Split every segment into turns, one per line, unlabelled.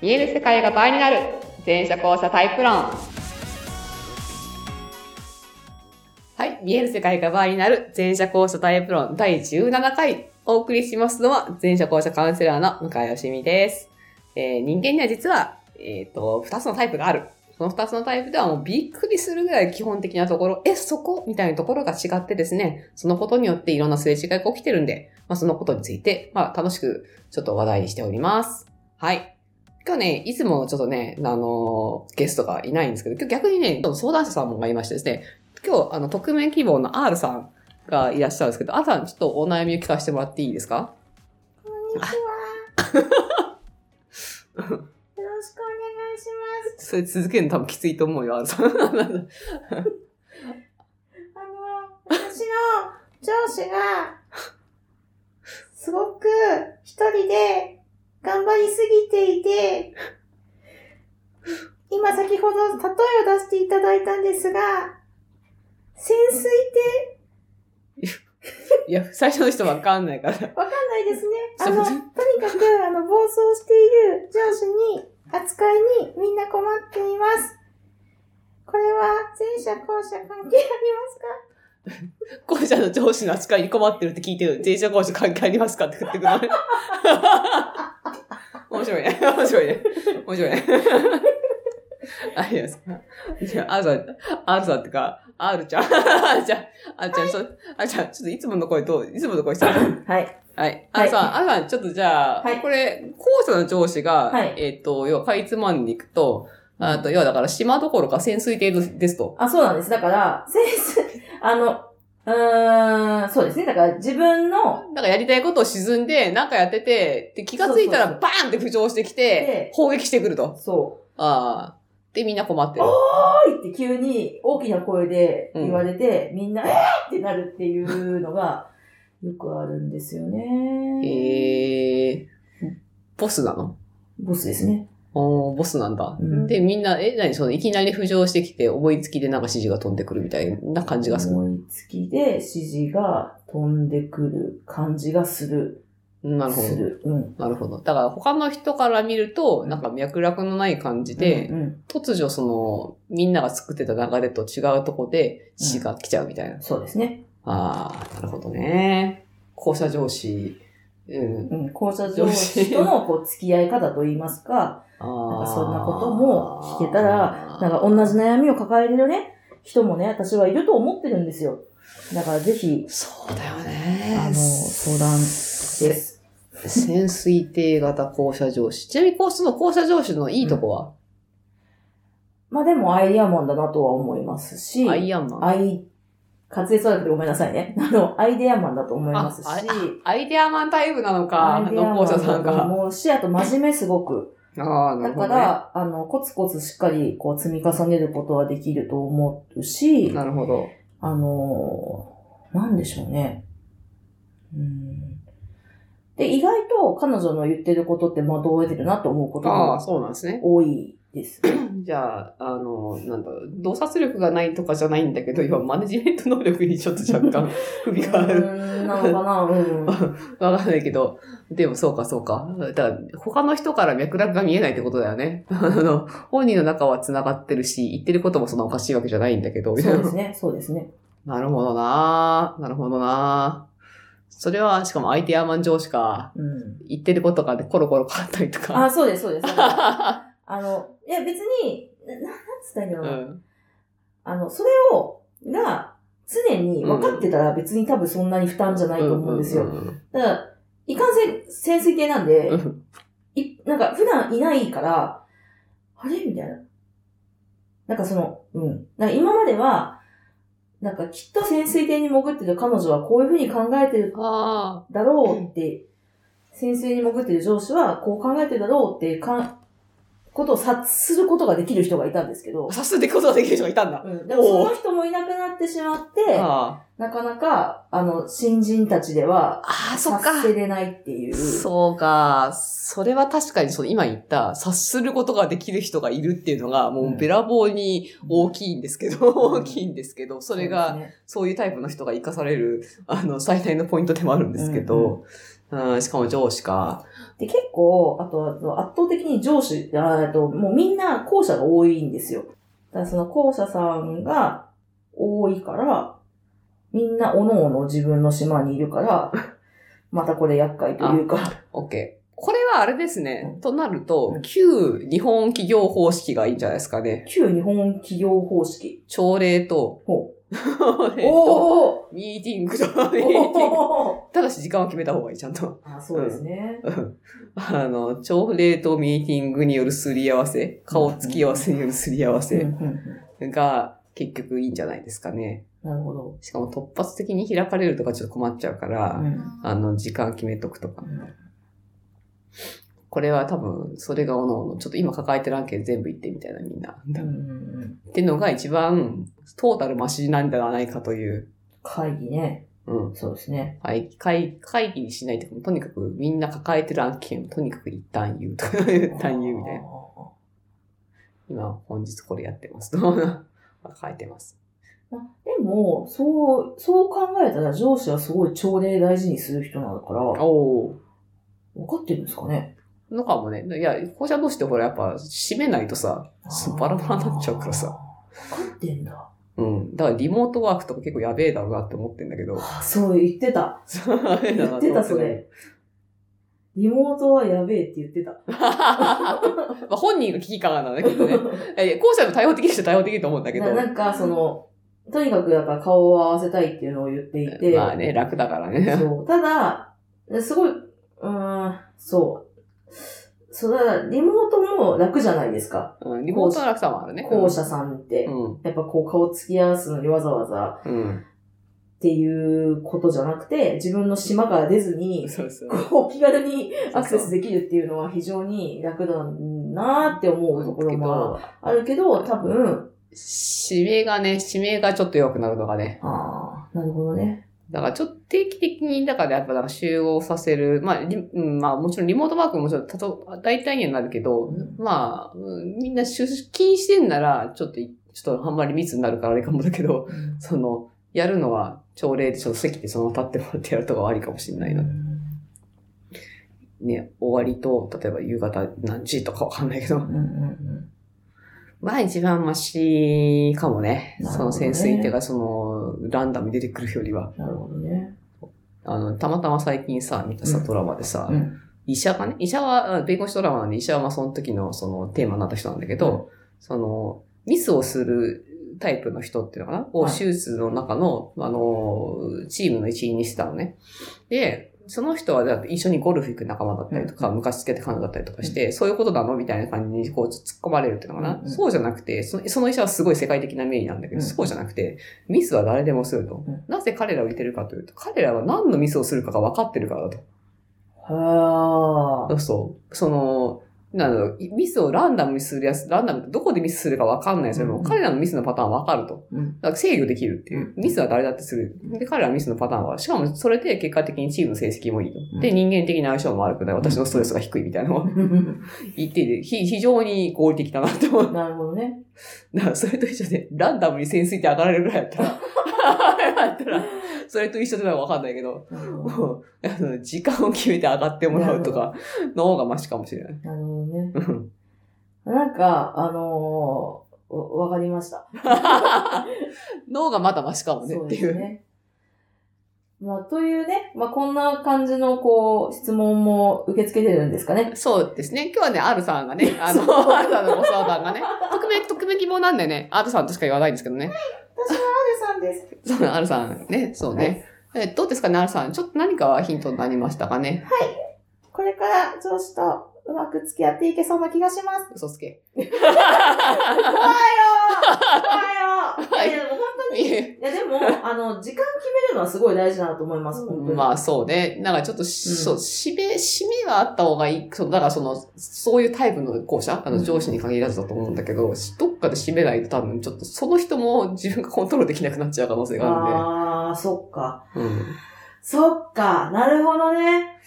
見える世界が倍になる全社交差タイプ論はい見える世界が倍になる全社交差タイプ論第17回お送りしますのは全社交差カウンセラーの向井よしみです、えー人間には実は、えー、と2つのタイプがあるその2つのタイプではもうびっくりするぐらい基本的なところえそこみたいなところが違ってですねそのことによっていろんなすれ違いが起きてるんで、まあ、そのことについて、まあ、楽しくちょっと話題にしておりますはい今日ね、いつもちょっとね、あのーゲストがいないんですけど、今日逆にね、ちょっと相談者さんもがいましてですね、今日、あの、匿名希望の R さんがいらっしゃるんですけど、R さん、ちょっとお悩みを聞かせてもらっていいですか
こんにちは。よろしくお願いします。
それ続けるの多分きついと思うよ、R さん。
あの、私の上司が、すごく一人で頑張りすぎていて、今先ほど例えを出していただいたんですが、潜水って
いや、最初の人わかんないから。
わかんないですね。あ
そう
の、とにかく、あの、暴走している上司に、扱いにみんな困っています。これは、前者後者関係ありますか
後者の上司の扱いに困ってるって聞いてる。前者後者関係ありますかって言ってくる。 面白いね。面白いね。面白いね。ありますか。じゃあ、R さん、R さんってか、R ちゃん。R ちゃん、R ちゃん、ちょ、R ちゃん、ちょっといつもの声と、いつもの声してる。
はい。
はい。R さん、R さん、ちょっとじゃあ、
はい
これ、後者の上司が、
はい
えっ、と、要は、かいつまんに行くと、あと、要はだから、島どころか潜水艇ですと。
あ、そうなんです。だから、先生、あの、うーん、そうですね。だから自分の、
なんかやりたいことを沈んで、なんかやってて、で、気がついた
そう
ら
そう
バーンって浮上してきて
で、
砲撃してくると。
そ
ああ。で、みんな困って
う、
る。
おーいって急に大きな声で言われて、みんな、えーってなるっていうのが、よくあるんですよね。
へえ。ボスなの
ボスですね。
おーボスなんだ。
うん
で、みんな、え、何その、いきなり浮上してきて、思いつきでなんか指示が飛んでくるみたいな感じがする。
思いつきで指示が飛んでくる感じがする。
なるほ
す
ど。
る。うん。
なるほど。だから、他の人から見ると、なんか脈絡のない感じで、
うんうん、
突如その、みんなが作ってた流れと違うとこで、指示が来ちゃうみたいな。
そうですね。
ああ、なるほどね。校舎上司。うん。
うん。校舎上司とのこう付き合い方といいますか、
あ
なん
あ。
かそんなことも聞けたら、なんか同じ悩みを抱えてるね、人もね、私はいると思ってるんですよ。だからぜひ、
そうだよね。
あの相談で
です。
す。
潜水艇型校舎上司。ちなみに、こうその校舎上司のいいとこは、
まあでもアイディアマンだなとは思いますし、
アイアンマン。
アイ、滑舌悪くてごめんなさいね。 あの、アイディアマンだと思いますし、
ああアイデアマンタイプなのか、
ア
あ
イディア
の
マ
校
ン
舎さ
だ
ん
と
が。
思うし、あと真面目すごく。
ああ、な
だ
るほ
か
ど、ね。
ら、あの、コツコツしっかりこう積み重ねることはできると思うし、
なるほど。
あのーなんでしょうね。うん。で、意外と彼女の言ってることってまとえてるなと思うこと
ああ、
が
そうなんですね。
多いです。
じゃあ、あの、なんだろう、洞察力がないとかじゃないんだけど、今、マネジメント能力にちょっと若干、 不備がある
うーんなのか なうん。
わかんないけど、でもそうかそうか。だから他の人から脈絡が見えないってことだよね。 あの、本人の中は繋がってるし、言ってることもそんなおかしいわけじゃないんだけど、みたい
そう
な
ですね、そうですね。
なるほどなぁなるほどなぁそれは、しかも相手アーマン上司か、
うん。
言ってることがでコロコロ変わったりと
あ
か。
あ、そうです、そう です。だからあの、いや別に、な、なんつったらいいんだ
う
ろうな。
ん。
あの、それを、が、常に分かってたら別に多分そんなに負担じゃないと思うんですよ。
ん
ただから、いかんせん潜水艇なんで
う、ん
い、なんか普段いないから、あれみたいな。なんかその、うん。なんか今までは、なんかきっと潜水艇に潜ってる彼女はこういうふうに考えてる
あ
だろうって、潜水に潜ってる上司はこう考えてるだろうってかん、ことを察することができる人がいたんですけど
あ、、さすってことができる人がいたんだ。
うん。だからその人もいなくなってしまって、
あ
なかなか、あの、新人たちでは、
あー、そっか。
察せれないっていう。
そうか。それは確かにその今言った察することができる人がいるっていうのがもうべらぼうに大きいんですけど、
うん
大きいんですけど、そ
そ
れが
うですね
そういうタイプの人が活かされるあの最大のポイントでもあるんですけど、うん、しかも上司か。
で、結構、あと、あと圧倒的に上司、あえっともうみんな校舎が多いんですよ。だからその校舎さんが多いから、みんな各々自分の島にいるから、 またこれ厄介というか、
OK。これはあれですね
う。ん
となる
う
と
ん、
旧日本企業方式がいいんじゃないですかね。
旧日本企業方式。
朝礼と、
ほう。
えっと
おー
ミーティングと、ミーティング
お
ただし時間を決めた方がいい、ちゃんと。
ーあ、そうですね。
うん あの、朝礼とミーティングによるすり合わせ、顔つき合わせによるすり合わ
うんう
せ
んう
が結局いいんじゃないですかね。
んなるほど。
しかも突発的に開かれるとかちょっと困っちゃうから、
うん
あの、時間決めとくとか。
う
これは多分、それがおのおの、ちょっと今抱えてる案件全部言ってみたいな、みんな。
んうんうん
ってのが一番、トータルマシなんではないかという。
会議ね。
うん。
そうですね。
会議、会会議にしないとか、とにかくみんな抱えてる案件をとにか く一旦言うと。一旦言うみたいな。今、本日これやってます。どうな書いてます。
まあでも、そう、そう考えたら上司はすごい朝礼大事にする人なのから、分
おお。
かってるんですかね
のかもね。いや、校舎同士ってほら、やっぱ、締めないとさ、バラバラになっちゃうからさ。
分かってんだ。
うん。だから、リモートワークとか結構やべえだろうなって思ってんだけど。
あそう言ってた。
やべえだ
言
なと
って
思
た、
って
それ。リモートはやべえって言ってた。
まあ本人の危機感なんだけどね。え、校舎の対応的にして対応的と思うんだけど
な。なんか、その、とにかくやっぱ顔を合わせたいっていうのを言っていて、
まあね、楽だからね。
そう。ただ、すごい、うーん、そう。そう、だからリモートも楽じゃないですか。
うん、リモートの楽さもあるね。
校舎さんって。
うん。
やっぱこう顔つき合わすのにわざわざ
うん。
っていうことじゃなくて、自分の島から出ずに、
そうそう。
こう気軽に
そう
アクセスできるっていうのは非常に楽だなーって思うところも
だ
あるけど、多分、
けど指名がね、指名がちょっと弱くなるのがね。
ああ、なるほどね。
だからちょっと定期的に、だからやっぱなんか集合させる。まあ、リうんまあもちろんリモートワークももちろんたと大体にはなるけど、まあ、うんみんな出勤してんなら、ちょっとい、ちょっとあんまり密になるからあれかもだけど、その、やるのは朝礼でちょっと席でそのまま立ってもらってやるとかはありかもしれないな。ね、終わりと、例えば夕方何時とかわかんないけど
う、んうん
まあ一番マシかもね。
なる
そ
ほど
の
ね
潜水艇がその、ランダムに出てくるよりは。
うんなるほどね。
あの、たまたま最近さ、見たさ、
うん
ドラマでさ、
うん
医者がね、医者は、うん弁護士ドラマなんで医者はまあその時のそのテーマになった人なんだけど、その、ミスをするタイプの人っていうのかなを
はい
手術の中の、あの、チームの一員にしてたのね。で、その人はだって一緒にゴルフ行く仲間だったりとか、昔付き合って彼女だったりとかして、そういうことなのみたいな感じにこう突っ込まれるっていうのかな、
うんうん
そうじゃなくてその、その医者はすごい世界的な名医なんだけど、
うん
そうじゃなくて、ミスは誰でもすると。
うん
なぜ彼らを言ってるかというと、彼らは何のミスをするかが分かってるからだと。
は
そうそう。その、なんだろう、ミスをランダムにするやつ、ランダムってどこでミスするかわかんないですよ。でも
うん
彼らのミスのパターンわかると。
うん
だから制御できるっていう。
うん
ミスは誰だってする。で、彼らのミスのパターンは、しかもそれで結果的にチームの成績もいいと。
うん
で、人間的な相性も悪くない。私のストレスが低いみたいなのを
あ。
言っていて、ひ非常に合理的だなと思う。
なるほどね。
だからそれと一緒で、ランダムに潜水って上がられるぐらいやったら、やった ら、 それと一緒ではわかんないけど、
なるほど
もうあの時間を決めて上がってもらうとか、の方がマシかもしれない。
なるほどね。
うん
なんか、あのー、わわかりました。
脳がまだマシかもね
そう
って
で
い
す
う。
ね。まあ、というね、まあ、こんな感じの、こう、質問も受け付けてるんですかね。
そうですね。今日はね、アルさんが ね、あの、
そう
アルさんのご相談がね、特別、特別希望なんでね、アルさんとしか言わないんですけどね。
さんです。
そう、アルさんね、そうね。えどうですかね、アルさん。ちょっと何かヒントになりましたかね。
これから上司とうまく付き合っていけそうな気がし ます。
嘘つけ。
怖いよ怖いよいや、でも本当に。
いえ
いや、でも、あの、時間決めるのはすごい大事だなと思います、本当に。
まあそうね。なんかちょっとし、
うん
そう、締め、締めはあった方がいい。そうだからその、そういうタイプの校舎、あ
う
の
ん
上司に限らずだと思うんだけど、どっかで締めないと多分ちょっとその人も自分がコントロールできなくなっちゃう可能性があ
あー、そっか。
るんで。うん
そっか、なるほどね。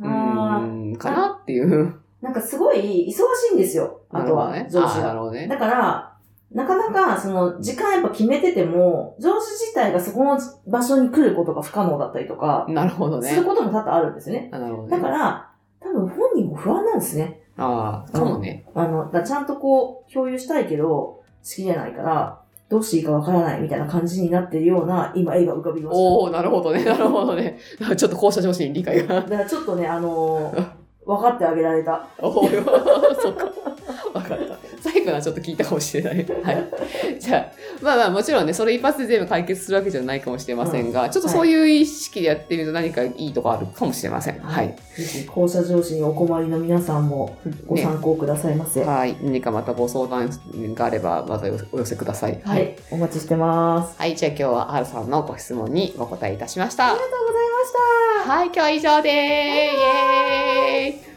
う
あー
ーん、かなっていう。
なんかすごい忙しいんですよ、あとは、
なるほどね。
上
あ
司
ーな
が。
るほどね。
だから、なかなか、その、時間やっぱ決めてても、上司自体がそこの場所に来ることが不可能だったりとか、
なる ほど
する
ね。
ことも多々あるんですよね。
あなるほど
だ
ね。
から、多分本人も不安なんですね。
ああ、かもね。
あの、だからちゃんとこう、共有したいけど、好きじゃないから、どうしていいかわからないみたいな感じになってるような、今絵が浮かびました。
おおなるほどね。なるほどね。 ちょっと校舎上司に理解が。
だからちょっとね、あのー分かってあげられた。
お おそっか。わかった。最後のはちょっと聞いたかもしれ ない。はい。じゃあ、まあまあもちろんね、それ一発で全部解決するわけじゃないかもしれませんが、ちょっとそういう意識でやってみると何かいいとこあるかもしれません。はい。
ぜひ、校舎上司にお困りの皆さんもご
ね
参考くださいませ。
はい。何かまたご相談があれば、またお寄せください。
は。い、お待ちしてます。
はい。じゃあ今日はハルさんのご質問にお答えいたしました。
ありがとうございました。
はい。今日は以上でーす。イエーイ